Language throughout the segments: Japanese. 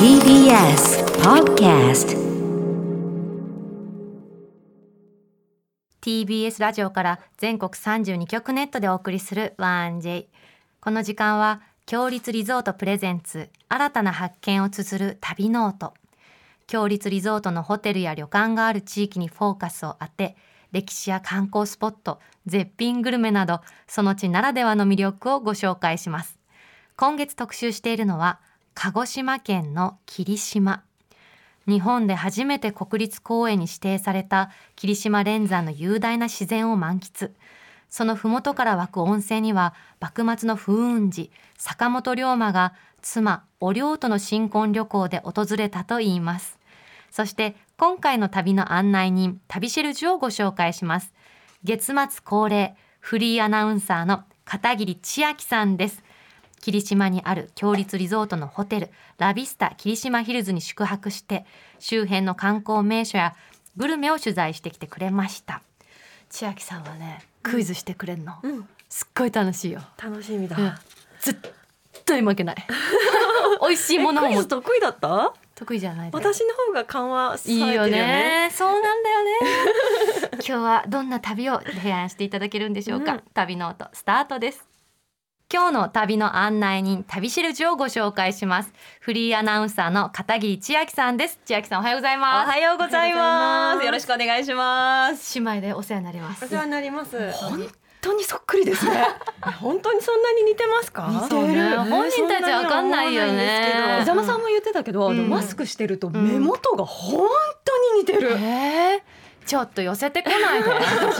TBS Podcast TBS ラジオから全国32局ネットでお送りする 1J この時間は強立リゾートプレゼンツ新たな発見を綴る旅ノート強立リゾートのホテルや旅館がある地域にフォーカスを当て歴史や観光スポット絶品グルメなどその地ならではの魅力をご紹介します今月特集しているのは鹿児島県の霧島日本で初めて国立公園に指定された霧島連山の雄大な自然を満喫その麓から湧く温泉には幕末の風雲児坂本龍馬が妻お龍との新婚旅行で訪れたといいますそして今回の旅の案内人旅シェルジュをご紹介します月末恒例フリーアナウンサーの片桐千秋さんです霧島にある強立リゾートのホテルラビスタ霧島ヒルズに宿泊して周辺の観光名所やグルメを取材してきてくれました千秋さんはねクイズしてくれるの、うん、すっごい楽しいよ、楽しみだ。うん絶対負け ない美味しいものクイもズ得意だった？得意じゃないです私の方が緩和されいているよよね。ねそうなんだよね 今日はどんな旅を提案していただけるんでしょうか、うん旅ノートスタートです今日の旅の案内人旅しるじをご紹介しますフリーアナウンサーの片桐千秋さんです千秋さんおはようございおますはようございまおはす。よようございますろしくお願いします。姉妹でお世話になりますお世話になります。本当にそっくりですね。 本当にそんなに似てますか？似てるね本人たちわかんないよねそんには思わないんですけどざざままささんんも言ってたけど、あのママススクしてると目目元元が本当に似てる。えー、ちょっと寄せてこないで私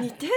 に似てんの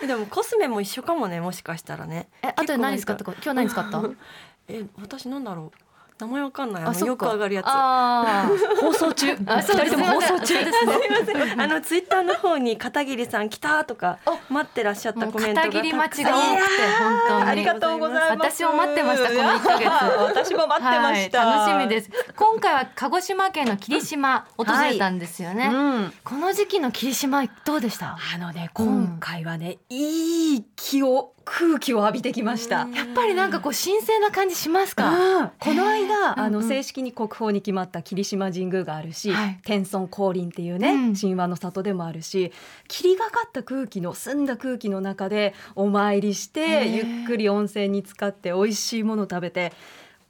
か。でもコスメも一緒かもね。もしかしたらね。えあと何使ったか今日何使った え、私なんだろう。名前わかんない。ああそっのよくか上がるやつ。あー放送中。あそう二人とも放送中。すいませんそうですすいません あのツイッターの方に片桐さん来たとかあ待ってらっしゃったもうコメントが片切り待たくちさがん多くていや本当にありがとうございます。私を待ってましたこの一ヶ 月私も待ってました。。はい、楽しみですす今回は鹿児島県の霧島訪れたんですよね、うん。この時期の霧島どうでしたあのね、今回はね、いい気を、空気を浴びてきました。やっぱりなんかこう神聖な感じしますか、うんこの間、あうんのうん正式に国宝に決まった霧島神宮があるし、はい天孫降臨っていううんね神話の里でもあるし霧がかった空気の澄んだ空気の中でお参りへしてーゆっくり温泉に浸かって美味しいもの食べて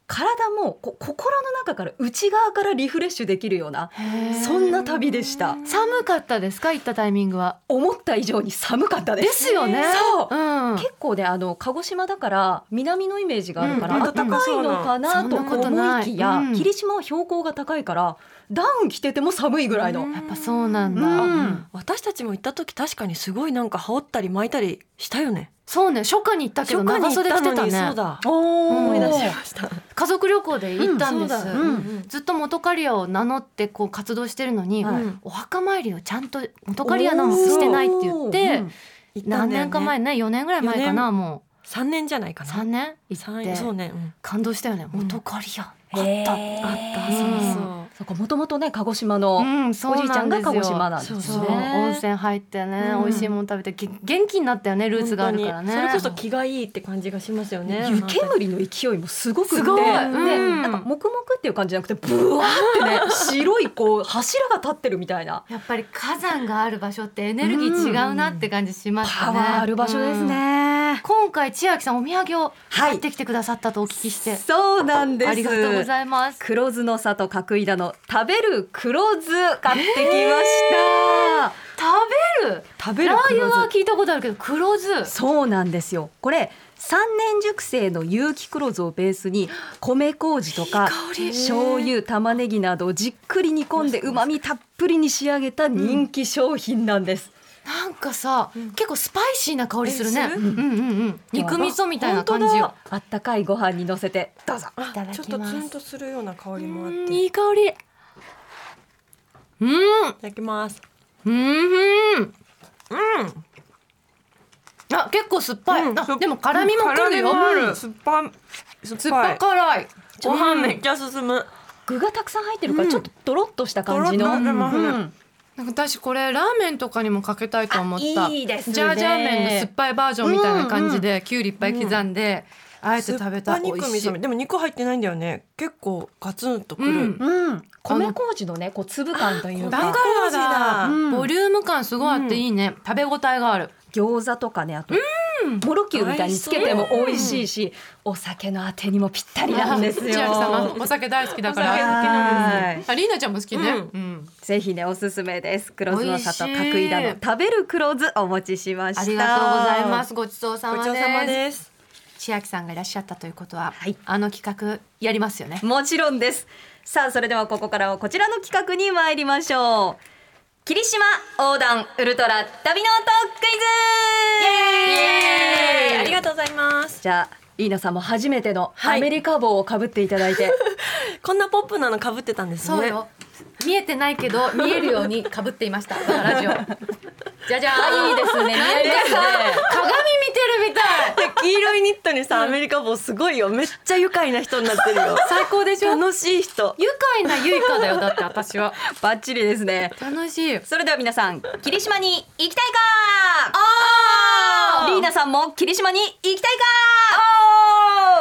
体もこ心の中から内側からリフレッシュできるようなへーそんな旅でした寒かったですか行ったタイミングは思った以上に寒かったです。ですよねそううん結構ねあの鹿児島だから南のイメージがあるから、うん暖かいのかなとそんなことな思いいきや、うん霧島は標高が高いからダウン着てても寒いぐらいの、うんやっぱそうなんだ、うん。私たちも行った時確かにすごいなんか羽織ったり巻いたりしたよね。そうね初夏に行ったけど初夏長に行っ袖た着てのたにそうねだ。思思いい出出ししまました。家族旅行で行ったんです、うんそうだうんずっと元カリアを名乗ってこう活動してるのに、はいお墓参りをちゃんと元カリアなんもしてないって言って、行った何んだよ年ねか前ね4年ぐらい前かなも三年じゃないかうな。 3年行っ三てそうね。うん感動したよねうん元カリア、へーあった。うんそうそう。そうかもともとね鹿児島うのん、そおうじいちゃんながんですよ鹿児島なんですそうね。そう温泉入ってね、うん美味しいもの食べてげ元気になったよねルーツがあるからね本当にそれこそ気がいいって感じがしますよね。湯煙の勢いもすごくてすごいでうんなんか黙々っていう感じじゃなくてブワーってね白いこう柱が立ってるみたいなやっぱり火山がある場所ってエネルギー違うなって感じしますね、パワーある場所ですうんね。今回千秋さんお土産をは買いってきてくださったとお聞きして、そうなんです。ありがとうございます黒酢の里角井田の食べる黒酢買ってきました。食べる食べラるー油黒酢は聞いたことあるけど黒酢そうなんですよ。これ三年熟成の有機黒酢をベースに米麹とか醤油、玉ねぎなどをじっくり煮込んで旨味たっぷりに仕上げた人気商品なんです。なんかさ、結構スパイシーな香りするねえすうるんうんうん肉味噌みたいな感じ本当よだあったかいご飯に乗せてどうぞ。あただきますちょっとツンとするような香りもあって。うんいいい香りうんただきます。うんうん。あ結構酸っぱい、うんあでも辛みもくるようん酸っぱい。酸っ酸っぱ辛いご飯めうっんちゃ進む。具がたくさん入ってるかうらんちょっとドロッとした感じの。ドロッとしてますねうんなんか私これラーメンとかにもかけたいと思ったあいいですねジャージャー麺の酸っぱいバージョンみたいな感じで、きゅうりいっぱい刻んで、あえて食べた酸っぱ美味肉し味い噌。でも肉入ってないんだよね。結構ガツンとくる。うんうん、米麹のねこう粒感というだかからだ、うんボリューム感すごいあっていいね、食べ応えがある餃子とかねあと、モロキューみたいにつけても美味しいし、お酒のあてにもぴったりなんですよ。千秋様お酒大好きだからお酒はいあリーナちゃんも好きね、うんうんぜひねおすすめです。黒酢の里美味しい角井田の食べる黒酢お持ちしました。ありがとうございます。ごちそうさごまちそうでさますです。千秋さんがいらっしゃったということは、はいあの企画やりますよねもちろんです。さあそれではここからはこちらの企画に参りましょう。霧島横断ウルトラ旅の音クイズ。ありがとうございます。じゃあリーナさんも初めてのはアいメリカ帽をかぶっていただいて、こんなポップなの被ってたんですね。そうよ見えてないけど見えるように被っていましたラジオじゃじゃーんい、いですね。なんかさ鏡見てるみたい黄色いニットにさアメリカ帽すごいよ。めっちゃ愉快な人になってるよ。最高でしょ楽しい人。愉快なゆいかだよだって私はバッチリですね。楽しいそれでは皆さん霧島に行きたいかあーリーナさんも霧島に行きたい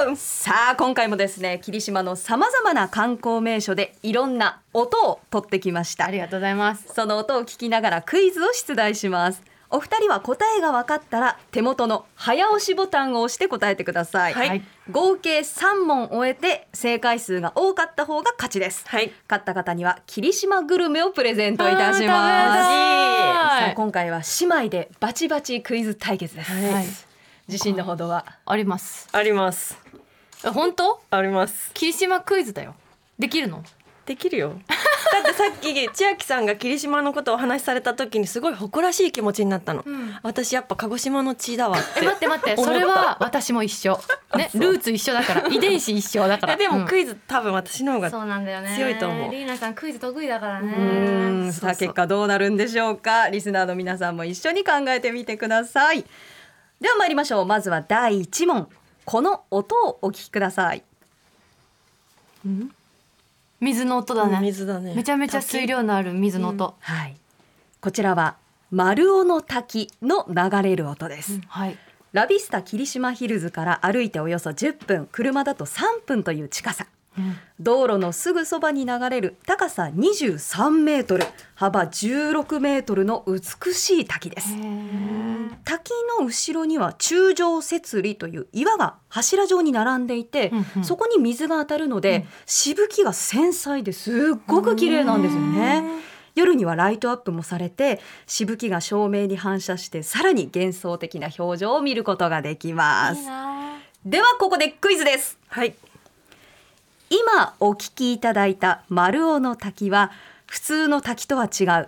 かさあ今回もですね霧島のさまざまな観光名所でいろんな音を取ってきましたありがとうございますその音を聞きながらクイズを出題しますお二人は答えが分かったら手元の早押しボタンを押して答えてください、はい合計3問終えて正解数が多かった方が勝ちですはい。勝った方には霧島グルメをプレゼントいたあー食します。べたいさあ今回は姉妹でバチバチクイズ対決です。はい自信のほどはありますあります。え本当あります。霧島クイズだよできるのできるよ。だってさっき千秋さんが霧島のことをお話しされた時にすごい誇らしい気持ちになったの。ん私やっぱ鹿児島の血だわっえて。待って待ってそれは私も一緒ねルーツ一緒だ から遺伝子一緒だかいやらでうんもクイズ、多分私の方がそうなんだよね強いと思うリーナさんクイズ得意だからうーねんさあ結果どうなるんでしょうかリスナーの皆さんも一緒に考えてみてくださいでは参りましょうまずは第一問この音をお聞きください水の音だね水だね。めちゃめちゃ水量のある水の音、はいこちらは丸尾の滝の流れる音です、はいラビスタ霧島ヒルズから歩いておよそ10分車だと3分という近さ道路のすぐそばに流れる高さ23メートル幅16メートルの美しい滝です滝の後ろには中上節理という岩が柱状に並んでいて、うんうんそこに水が当たるので、しぶきが繊細ですっごく綺麗なんですよね。夜にはライトアップもされてしぶきが照明に反射してさらに幻想的な表情を見ることができますではここでクイズですはい。今お聞きいただいた丸尾の滝は普通の滝とは違う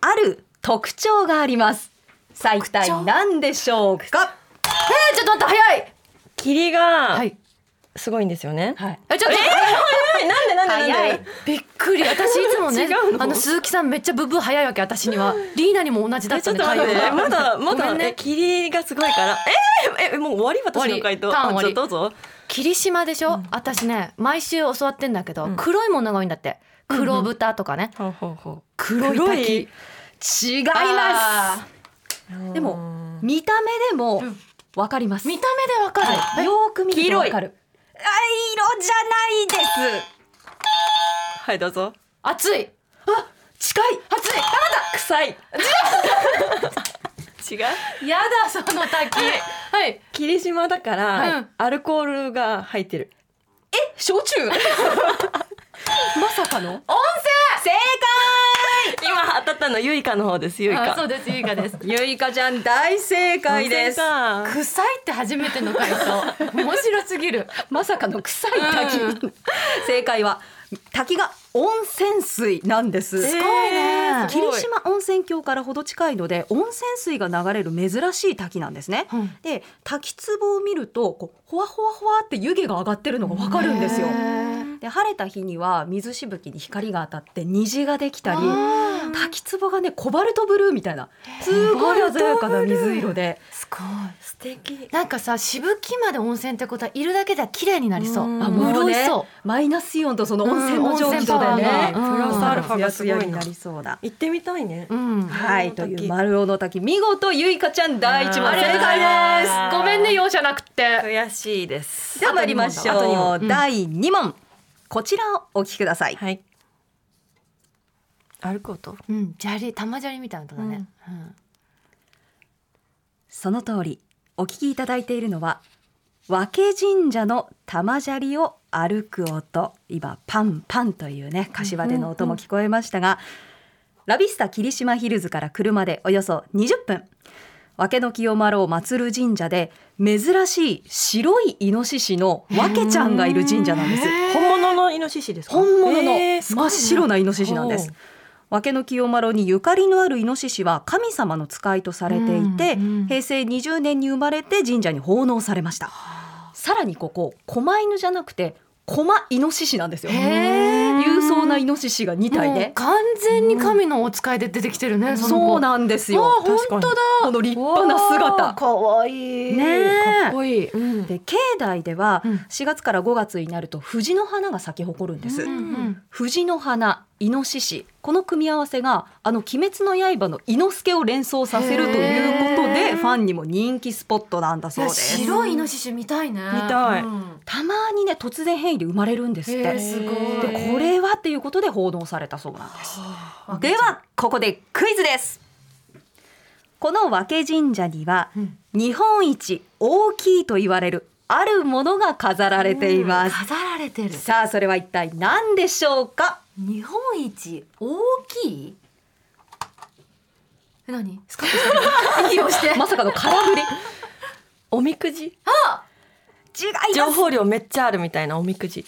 ある特徴がありますさあ一体何でしょうかえちょっと待って早い霧がはいすごいんですよね。はいえちょっと、はいなんでなんでなんで。早いびっくり私いつもね違うのあの鈴木さんめっちゃブブー早いわけ私にはリーナにも同じだっえちたょっんと待って、まだまごだめんねね霧がすごいから。えー、えもう終わり私の回終わりター答。ンあ終わりじゃあどうぞ。霧島でしょ、私ね毎週教わってんだけど、黒いものが多いんだって黒豚とかね、ほうほうほ黒い黒滝い違いあまう。すでも見た目でもわかります、見た目でわかる、はいよーく見るとわかるあ色じゃないですはいどうぞ。熱い近い熱い 臭い。違う。やだその滝はい霧島だから、はいアルコールが入ってる。焼酎まさかの温正今当たったのユイカの方ですユイ泉あそカ。うですゆいかです解ゆいかちゃん大正解です温泉か臭いって初めての回答面白すぎるまさかの臭い滝、う正解は滝が温泉水なんですすごいね霧島温泉郷からほど近いので温泉水が流れる珍しい滝なんですね、うんで滝壺を見るとこうほわほわほわって湯気が上がってるのがわかるんですよへーで晴れた日には水しぶきに光が当たって虹ができたり滝壺がねコバルトブルーみたいなすごい鮮やかな水色で。すごい素敵なんかさしぶきまで温泉ってことはいるだけでは綺麗になりそううんあもう潤いねそマイナスイオンとその温泉うんの蒸気とでね、温泉パワーがうんプラスアルファがすすごいごいなになりそうだ。行ってみたいねう、うん、はい、という丸尾の滝、見事ゆいかちゃん第一問あ正りがとうござい解ますごめんね容赦なくって悔しいですです。では参りましあと二問ょう、うん第二問。こちらをお聞きください。はい歩く音うん砂利玉砂利みたいなとこだね、うんその通り、お聞きいただいているのは。和気神社の玉砂利を歩く音今パンパンというね柏での音も聞こえましたが、ラビスタ霧島ヒルズから車でおよそ20分和気の清丸を祀る神社で珍しい白いイノシシの和気ちゃんがいる神社なんです本物のイノシシですか本物のえー真すごいっ白なイノシシなんです。分けの清丸にゆかりのあるイノシシは神様の使いとされていて、うんうん平成20年に生まれて神社に奉納されました。さらにここ狛犬じゃなくて狛イノシシなんですよ。へー勇壮なイノシシが2体もうね。完全に神のお使いで出てきてるね、その子そうなんですよ。あ本確かに当だこの立派なおー姿。かわいいねえかっこいい、うんで境内ではうん4月から5月になると藤の花が咲き誇るんです。うんうん藤の花イノシシこの組み合わせがあの「鬼滅の刃」の伊之助を連想させるということへでーファンにも人気スポットなんだそうですいや白いイノシシ見たいね見たいうんたまにね突然変異で生まれるんですっへーてすごーいでこれはっていうことで報道されたそうなんですではここでクイズですこの和気神社にはうん日本一大きいと言われるあるものが飾られています飾られてるさあそれは一体何でしょうか日本一大きいえ何スカッとしてる息をしてまさかの空振りおみくじ違います情報量めっちゃあるみたいなおみくじ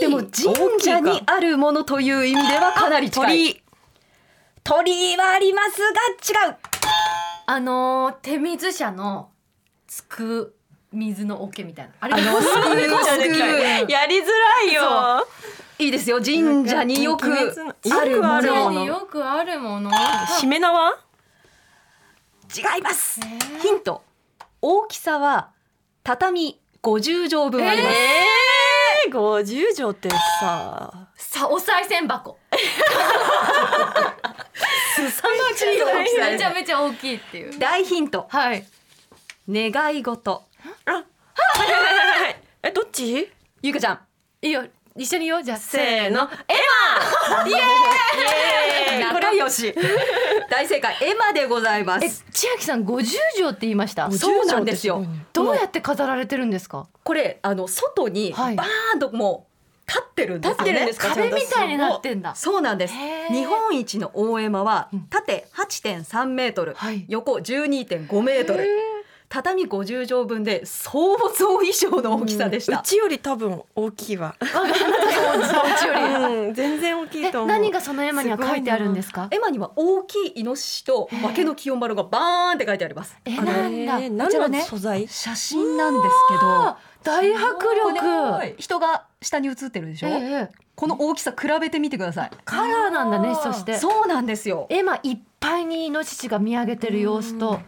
でも神社にあるものという意味ではかなり近い鳥居はありますが違うあのー手水車のつく水の桶みたいなあれあのそう救う救うやりづらいよいいですよ神社によく鬼滅のあるもあるもののよくあるものしめ縄違いますヒント大きさは畳50畳分あります、えー、50畳ってささお賽銭箱凄まじい大きさめでちすゃめちゃ大きいっていう大ヒントはい願い事 えどっちゆうかちゃんいいよ一緒に言おうじゃあせーのエマイエーイ仲良し大正解エマでございまえす千秋さん50畳って言いましたそうなんですよどうやって飾られてるんですかこれあの外にバはーいンともう立ってるんですよね、壁みたいになってんだそうなんですへー日本一の大絵馬は縦8.3メートル、はい横12.5メートル畳50畳分で想像以上の大きさでした、うちより多分大きいわうん全然大き いえと思う何がその絵馬には書いてあるんですか絵馬には大きいイノシシと化けの清丸がバーンって書いてありますえあなれんだこちら何のね素材写真なんですけどあ大迫力人が下に写ってるでしょ、ええこの大きさ比べてみてくださいカラーなんだねそしてそうなんですよ絵馬いっぱいにイノシシが見上げてる様子と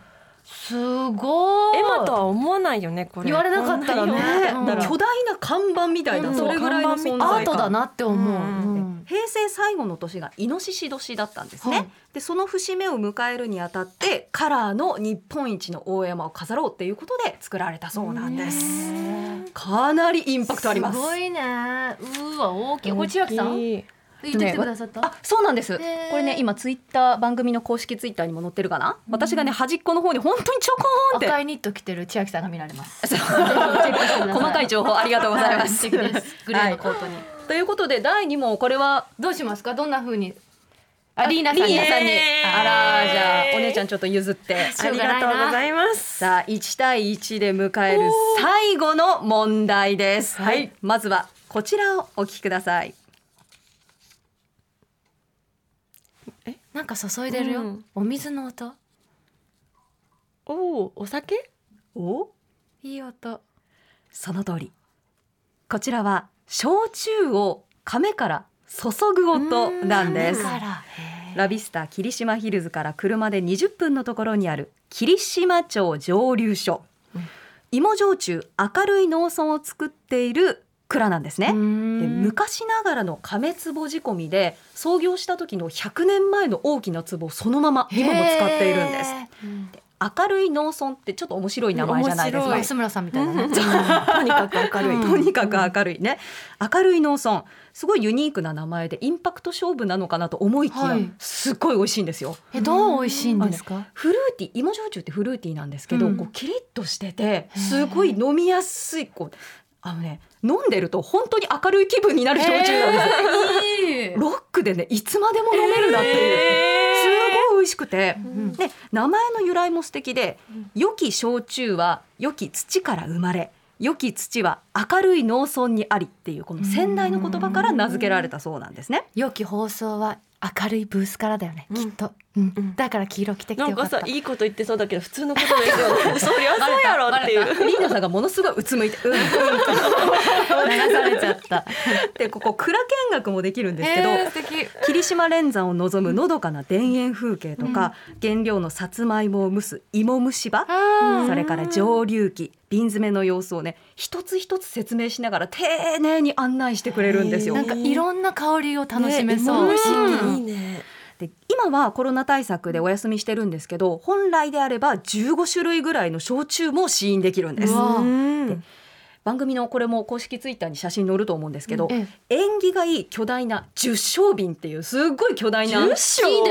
すごいエマとは思わないよねこれ言われなかったらねこんな色になってたらうん巨大な看板みたいな、うんそれぐらいの存在ア感ートだなって思う、うんうん平成最後の年がイノシシ年だったんですね、はいでその節目を迎えるにあたってカラーの日本一の大山を飾ろうっていうことで作られたそうなんです、かなりインパクトありますすごいねうーわ大きいこれ千秋さん大きい言ってきてくださった、あそうなんです、ーこれね今ツイッター番組の公式ツイッターにも載ってるかな、私がね端っこの方に本当にちょこーんって赤いニット着てる千秋さんが見られます そう細細かい情報ありがとうございます素敵ですグレーのコートに、 ということで第2問これはどうしますかどんな風にあリーナさんリにーナさんにえーあらじゃあお姉ちゃんちょっと譲ってありがとうございますさあ1対1で迎える最後の問題です、はい、まずはこちらをお聞きくださいなんか注いでるよ、うんお水の音おおお酒おいい音その通りこちらは焼酎を亀から注ぐ音なんですからラビスタ霧島ヒルズから車で20分のところにある霧島町蒸留所、芋焼酎明るい農村を作っている蔵なんですね、で昔ながらの亀壺仕込みで創業した時の100年前の大きな壺をそのまま今も使っているんです明るい農村ってちょっと面白い名前じゃないですか安村さんみたいなね。とにかく 明るい、とにかく明るいね明るい農村すごいユニークな名前でインパクト勝負なのかなと思いきや、はいすっごい美味しいんですよえどう美味しいんですか？フルーティー芋焼酎ってフルーティーなんですけど、うんこうキリッとしててすごい飲みやすいこうあのね飲んでると本当に明るい気分になる焼酎なんですよ、いいロックでねいつまでも飲めるなっていう、すごい美味しくて、で名前の由来も素敵で良き焼酎は良き土から生まれ良き土は明るい農村にありっていうこの先代の言葉から名付けられたそうなんですね。良き放送は明るいブースからだよね。きっと。うんだから黄色着てきてなんよかかった さ。いいこと言ってそうだけど普通のことですよねそりゃそうやろっていうリーナさんがものすごいうつむいて、うん、うん流されちゃった。ってここ蔵見学もできるんですけど、えー素敵。霧島連山を望むのどかな田園風景とか、原料のさつまいもを蒸す芋蒸し場あーそれから蒸留機瓶詰めの様子をね一つ一つ説明しながら丁寧に案内してくれるんですよ。なんかいろんな香りを楽しめねそう。うん芋蒸しっていいねで今はコロナ対策でお休みしてるんですけど本来であれば15種類ぐらいの焼酎も試飲できるんですう。わうん番組のこれも公式ツイッターに写真載ると思うんですけど、ええ縁起がいい巨大な10升瓶っていうすっごい巨大な10いいで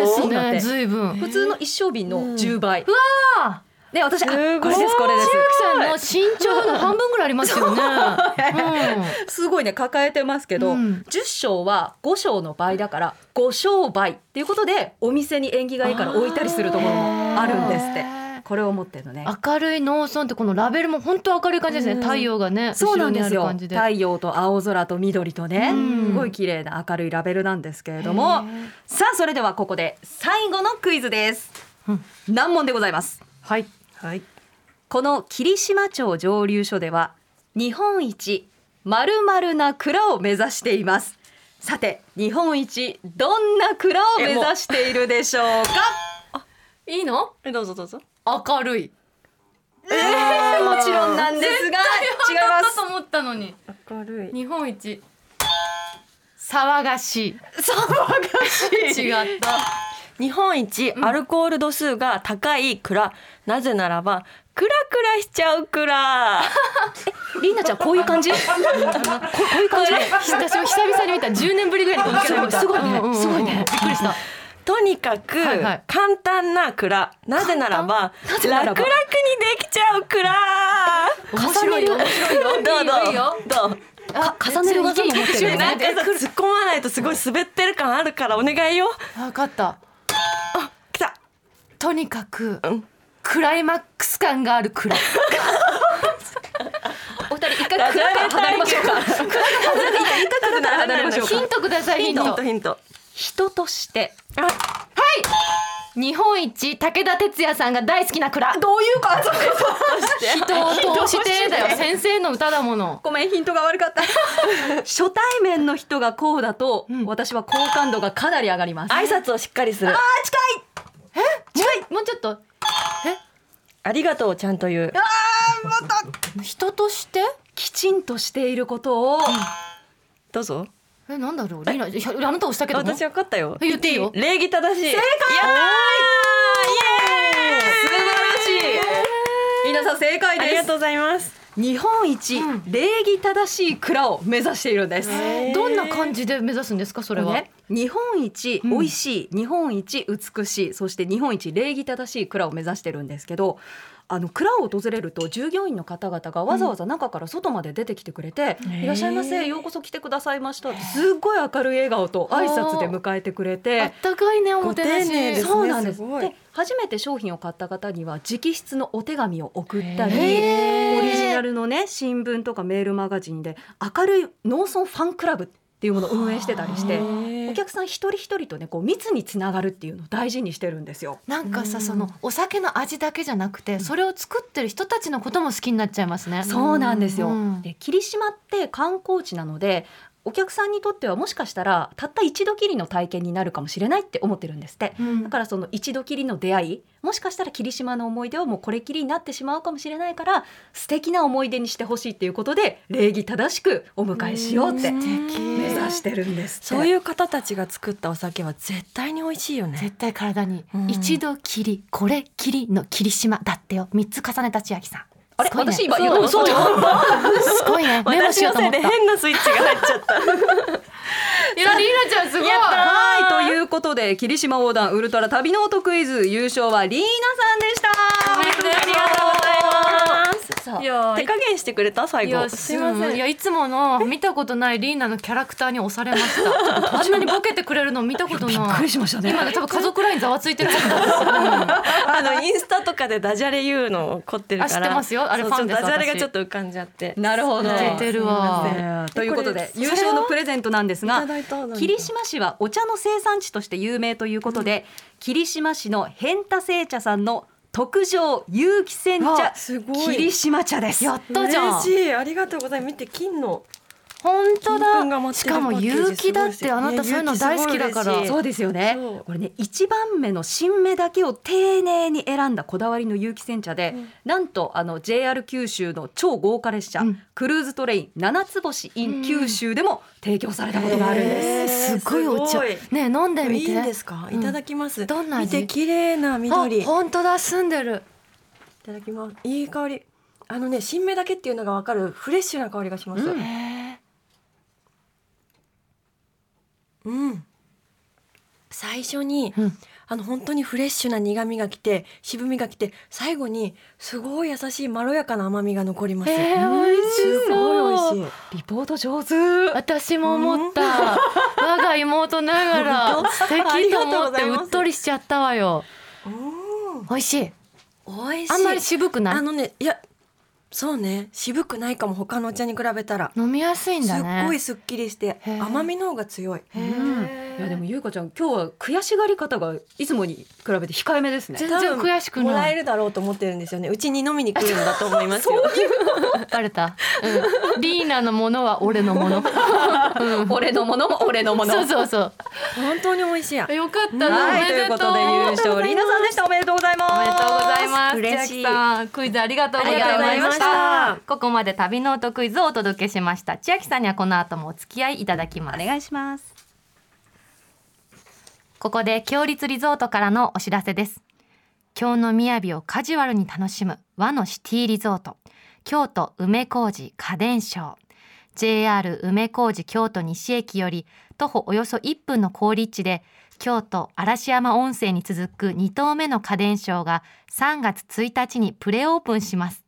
すそうなんね。でずいぶん。普通の一升瓶の10倍。うわね私あこすれごいですこれです。さんの身長の半分ぐらいありますよね。すごいね抱えてますけど、うん10升は5升の倍だから5升倍っていうことでお店に縁起がいいから置いたりするところもあるんですってあーこれを持ってるのね明るい農村ってこのラベルも本当明るい感じですね。うん太陽がね、そうなんです後ろによある感じで。太陽と青空と緑とねうんすごい綺麗な明るいラベルなんですけれどもへーさあそれではここで最後のクイズです、うん難問でございますはい。はいこの霧島町蒸留所では日本一まるまるな蔵を目指していますさて日本一どんな蔵を目指しているでしょうかいいの？えどうぞどうぞ明るい。もちろんなんですが違いますと思ったのに。明るい日本一。騒がしい。騒がしい。違った。日本一アルコール度数が高い蔵、なぜならばクラクラしちゃう蔵りーなちゃんこういう感じここういう感じ私も久々に見た。10年ぶりぐらいにこのキャラ見た。すごいねうんうんうんすごいねびっくりした。とにかくはいはい簡単な蔵なぜならばな楽ぜなら々にばできちゃう蔵面白いよ。面白いよ。どういいよ。どうどうあ重ねる技も持ってるいけいけいけねなんかさ突っ込まないとすごい滑ってる感あるからお願いよわかった。来たとにかく、んクライマックス感があるく らい。お二人一回蔵から離れましょうか蔵から離れて一回蔵から離れましょうヒかントください。ヒヒンント。トヒント人として日本一武田鉄矢さんが大好きな蔵。どういうか。人を通してだよ。先生の歌だもの。ごめんヒントが悪かった初対面の人がこうだと、私は好感度がかなり上がります挨拶をしっかりするもうちょっとありがとうをちゃんと言う人として。きちんとしていることを、どうぞえ、なんだろう。リーナいや、あなた押したけども。私分かったよ言っていいよ。礼儀正しい正解素晴らしい皆さん正解ありでがとすうございます日本一礼儀正しい蔵を目指しているんです、どんな感じで目指すんですか。それこれはね。日本一美味しい、日本一美しいそして日本一礼儀正しい蔵を目指してるんですけどあの蔵を訪れると従業員の方々がわざわざ中から外まで出てきてくれて「いらっしゃいませようこそ来てくださいました」ってすっごい明るい笑顔と挨拶で迎えてくあれ。ってたかいね。おもてなし。ご丁寧ですそうなんですすごいで初めて商品を買った方には直筆のお手紙を送ったりへーオリジナルのね新聞とかメールマガジンで明るい農村ファンクラブっていうものを運営してたりしてお客さん一人一人とねこう密につながるっていうのを大事にしてるんですよ。なんかさ、そのお酒の味だけじゃなくて、それを作ってる人たちのことも好きになっちゃいますね。そうなんですよ、うんで霧島って観光地なのでお客さんにとってはもしかしたらたった一度きりの体験になるかもしれないって思ってるんですって、うんだからその一度きりの出会いもしかしたら霧島の思い出はもうこれきりになってしまうかもしれないから素敵な思い出にしてほしいっていうことで礼儀正しくお迎えしようって目指してるんですってそういう方たちが作ったお酒は絶対に美味しい よね。絶対体に、うん一度きりこれきりの霧島だってよ三つ重ねた千秋さんあれすごいね私今言ったのそうすごいねメモし 私ようのと思せいっでた変なスイッチが入っちゃった。いやりなちゃんすごいはいということで霧島横断ウルトラ旅ノートクイズ優勝はリーナさんでした ありがとうございます。そういや手加減してくれた最いや後。すいませいん。やいつもの見たことないリーナのキャラクターに押されま したあんなにボケてくれるの見たことびっなくいりしましたね今ね多分家族ラインざわつい てると思うんですよあのインスタとかでダジャレ言うの凝ってるから。あ知ってますよあれそうファンですそうダジャレ私がちょっと浮かんじゃって。なるほど出てるわすいませんえーということでこれ優勝のプレゼントなんですいがただいたのに霧島市はお茶の生産地として有名ということで、霧島市の変田製茶さんの特上有機煎茶あすごい霧島茶ですやったじゃん嬉しいありがとうございます。見て金の。本当金粉が舞だってしるパかッケーもジ有機だっすごいてあなたそういうの大好きだからいや有機すごい嬉しいそうですよねそうこれね一番目の新芽だけを丁寧に選んだこだわりの有機煎茶で、なんとあの JR 九州の超豪華列車、うんクルーズトレイン七つ星 in 九州でも提供されたことがあるんです、すごいお茶すねごえ飲んでみいていんですか。いただきます。どんな見味て綺麗な緑。あ本当だ澄んでるいただきます。いい香り。あのね、新芽だけっていうのがわかるフレッシュな香りがします。ううんん。へえ最初に、うんあの本当にフレッシュな苦味がきて、渋みがきて、最後にすごい優しいまろやかな甘みが残ります。えー美味しそうすごい美味しい。リポート上手私も思った我が妹ながら素敵と思ってうっとりしちゃったわよ美味しい美味しい。あんまり渋くあないのね、いや、そうね、渋くないかも他のお茶に比べたら。飲みやすいんすだっごいねすっきりしてへー甘みの方が強い。うんいやでも優香ちゃん今日は悔しがり方がいつもに比べて控えめですね全然悔しくもらなえいるだろうと思ってるんですよね。うちに飲みに来るんだと思いますよ。 バレた、 うん、リーナのものは俺のも の俺のものも俺のものそうそうそう本当に美味しい。ありよかったはな、いおとめいうでとこうとで優勝りなさんでしたおめでとうございますおめでとうございます嬉し千秋いさんクイズありがとうございまありがとうござしいたましたここまで旅ノートクイズをお届けしました千秋さんにはこの後もお付き合いいただきますお願いしますここで強立リゾートからのお知らせです京の雅をカジュアルに楽しむ和のシティリゾート京都梅小路家電商 JR 梅小路京都西駅より徒歩およそ1分の好立地で京都嵐山温泉に続く2棟目の家電商が3月1日にプレオープンします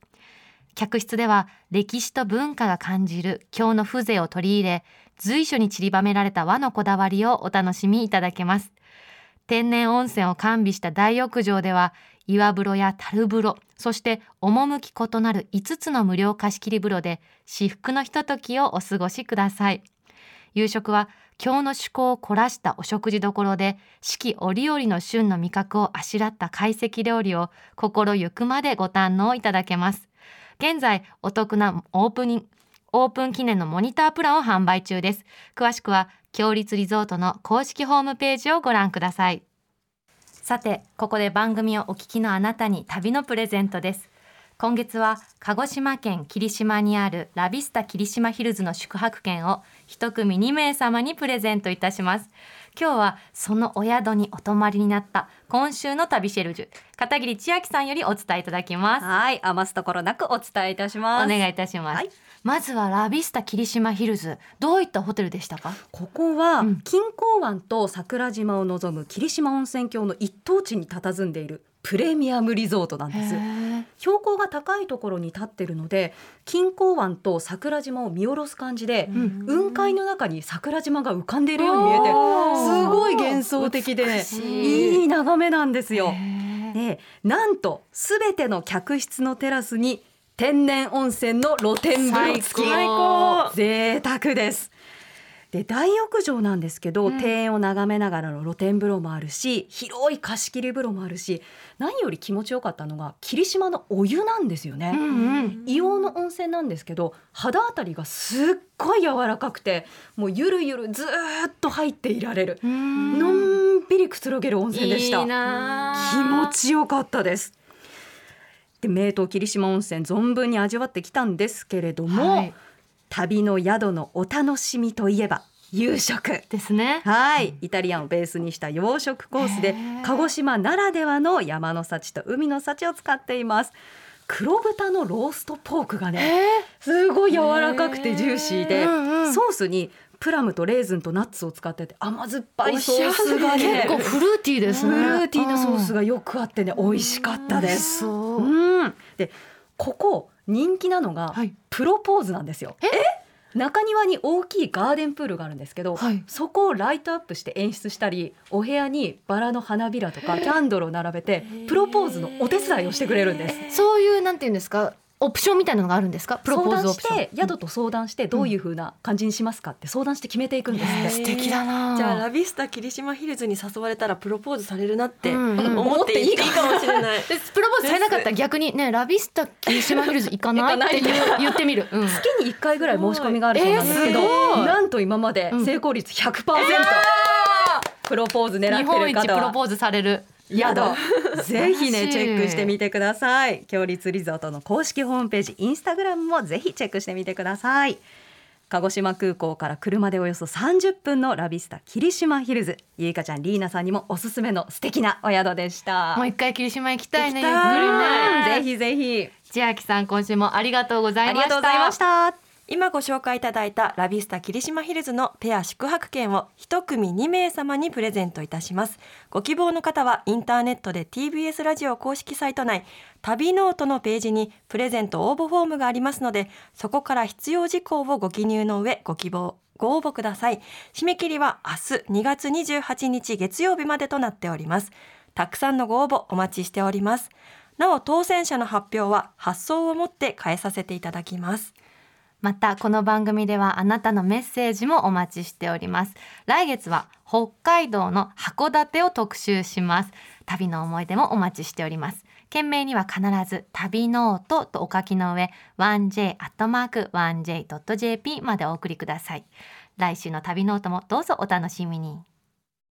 客室では歴史と文化が感じる京の風情を取り入れ随所に散りばめられた和のこだわりをお楽しみいただけます天然温泉を完備した大浴場では岩風呂や樽風呂そして趣異なる5つの無料貸し切り風呂で至福のひとときをお過ごしください夕食は京の趣向を凝らしたお食事どころで四季折々の旬の味覚をあしらった懐石料理を心ゆくまでご堪能いただけます現在お得なオープニングオープン記念のモニタープランを販売中です詳しくは強立リゾートの公式ホームページをご覧くださいさてここで番組をお聞きのあなたに旅のプレゼントです今月は鹿児島県霧島にあるラビスタ霧島ヒルズの宿泊券を一組2名様にプレゼントいたします今日はそのお宿にお泊まりになった今週の旅シェルジュ片桐千秋さんよりお伝えいただきますはい余すところなくお伝えいたしますお願いいたします、はいまずはラビスタ霧島ヒルズどういったホテルでしたかここはうん錦江湾と桜島を望む霧島温泉郷の一等地に佇んでいるプレミアムリゾートなんです標高が高いところに立ってるので錦江湾と桜島を見下ろす感じで、ん雲海の中に桜島が浮かんでいるように見えてすごい幻想的でいい眺めなんですよ。でなんとすべての客室のテラスに天然温泉の露天風呂付き最高贅沢ですで大浴場なんですけど、うん庭園を眺めながらの露天風呂もあるし広い貸し切り風呂もあるし何より気持ちよかったのが霧島のお湯なんですよね。うんうん硫黄の温泉なんですけど肌あたりがすっごい柔らかくてもうゆるゆるずーっと入っていられるのんびりくつろげる温泉でしたいいな気持ちよかったですで名湯霧島温泉存分に味わってきたんですけれども、はい旅の宿のお楽しみといえば夕食ですねはい、イタリアンをベースにした洋食コースで鹿児島ならではの山の幸と海の幸を使っています黒豚のローストポークがねすごい柔らかくてジューシーでソースにプラムとレーズンとナッツを使ってて甘酸っぱいソースがね結構フルーティーですフねルーティーなソースががよくあってね美味しかったですそううん、でここ人気なのがはいプロポーズなんですよ。中庭に大きいガーデンプールがあるんですけど、はいそこをライトアップして演出したりお部屋にバラの花びらとかキャンドルを並べてプロポーズのお手伝いをしてくれるんです。そういうなんていうんですかオプションみたいなのがあるんですかプロ相ポーズ談オプしションて宿と相談してどういう風な感じにしますかって相談して決めていくんですえーっ素て。敵だなじゃあラビスタ霧島ヒルズに誘われたらプロポーズされるなってうんうん思っていいかもし れない。でプロポーズされなかったら逆にねラビスタ霧島ヒルズ行か ないっていう言ってみる、うん月に1回ぐらい申し込みがあるそうなんですけど、すごいなんと今まで成功率100%、プロポーズ狙日って本る一プ方はロポーズされる宿ぜひ素晴らしねいチェックしてみてください強立リゾートの公式ホームページインスタグラムもぜひチェックしてみてください鹿児島空港から車でおよそ30分のラビスタ霧島ヒルズゆいかちゃんリーナさんにもおすすめの素敵なお宿でしたもう一回霧島行きたいね行きたいゆっくりねぜひぜひ千秋さん今週もありがとうござあいりましたがとうございました今ご紹介いただいたラビスタ霧島ヒルズのペア宿泊券を一組2名様にプレゼントいたしますご希望の方はインターネットで TBS ラジオ公式サイト内旅ノートのページにプレゼント応募フォームがありますのでそこから必要事項をご記入の上ご希望ご応募ください締め切りは明日2月28日月曜日までとなっておりますたくさんのご応募お待ちしておりますなお当選者の発表は発送をもって変えさせていただきますまたこの番組ではあなたのメッセージもお待ちしております来月は北海道の函館を特集します旅の思い出もお待ちしております件名には必ず旅ノートとお書きの上 1j.1j.jp までお送りください来週の旅ノートもどうぞお楽しみに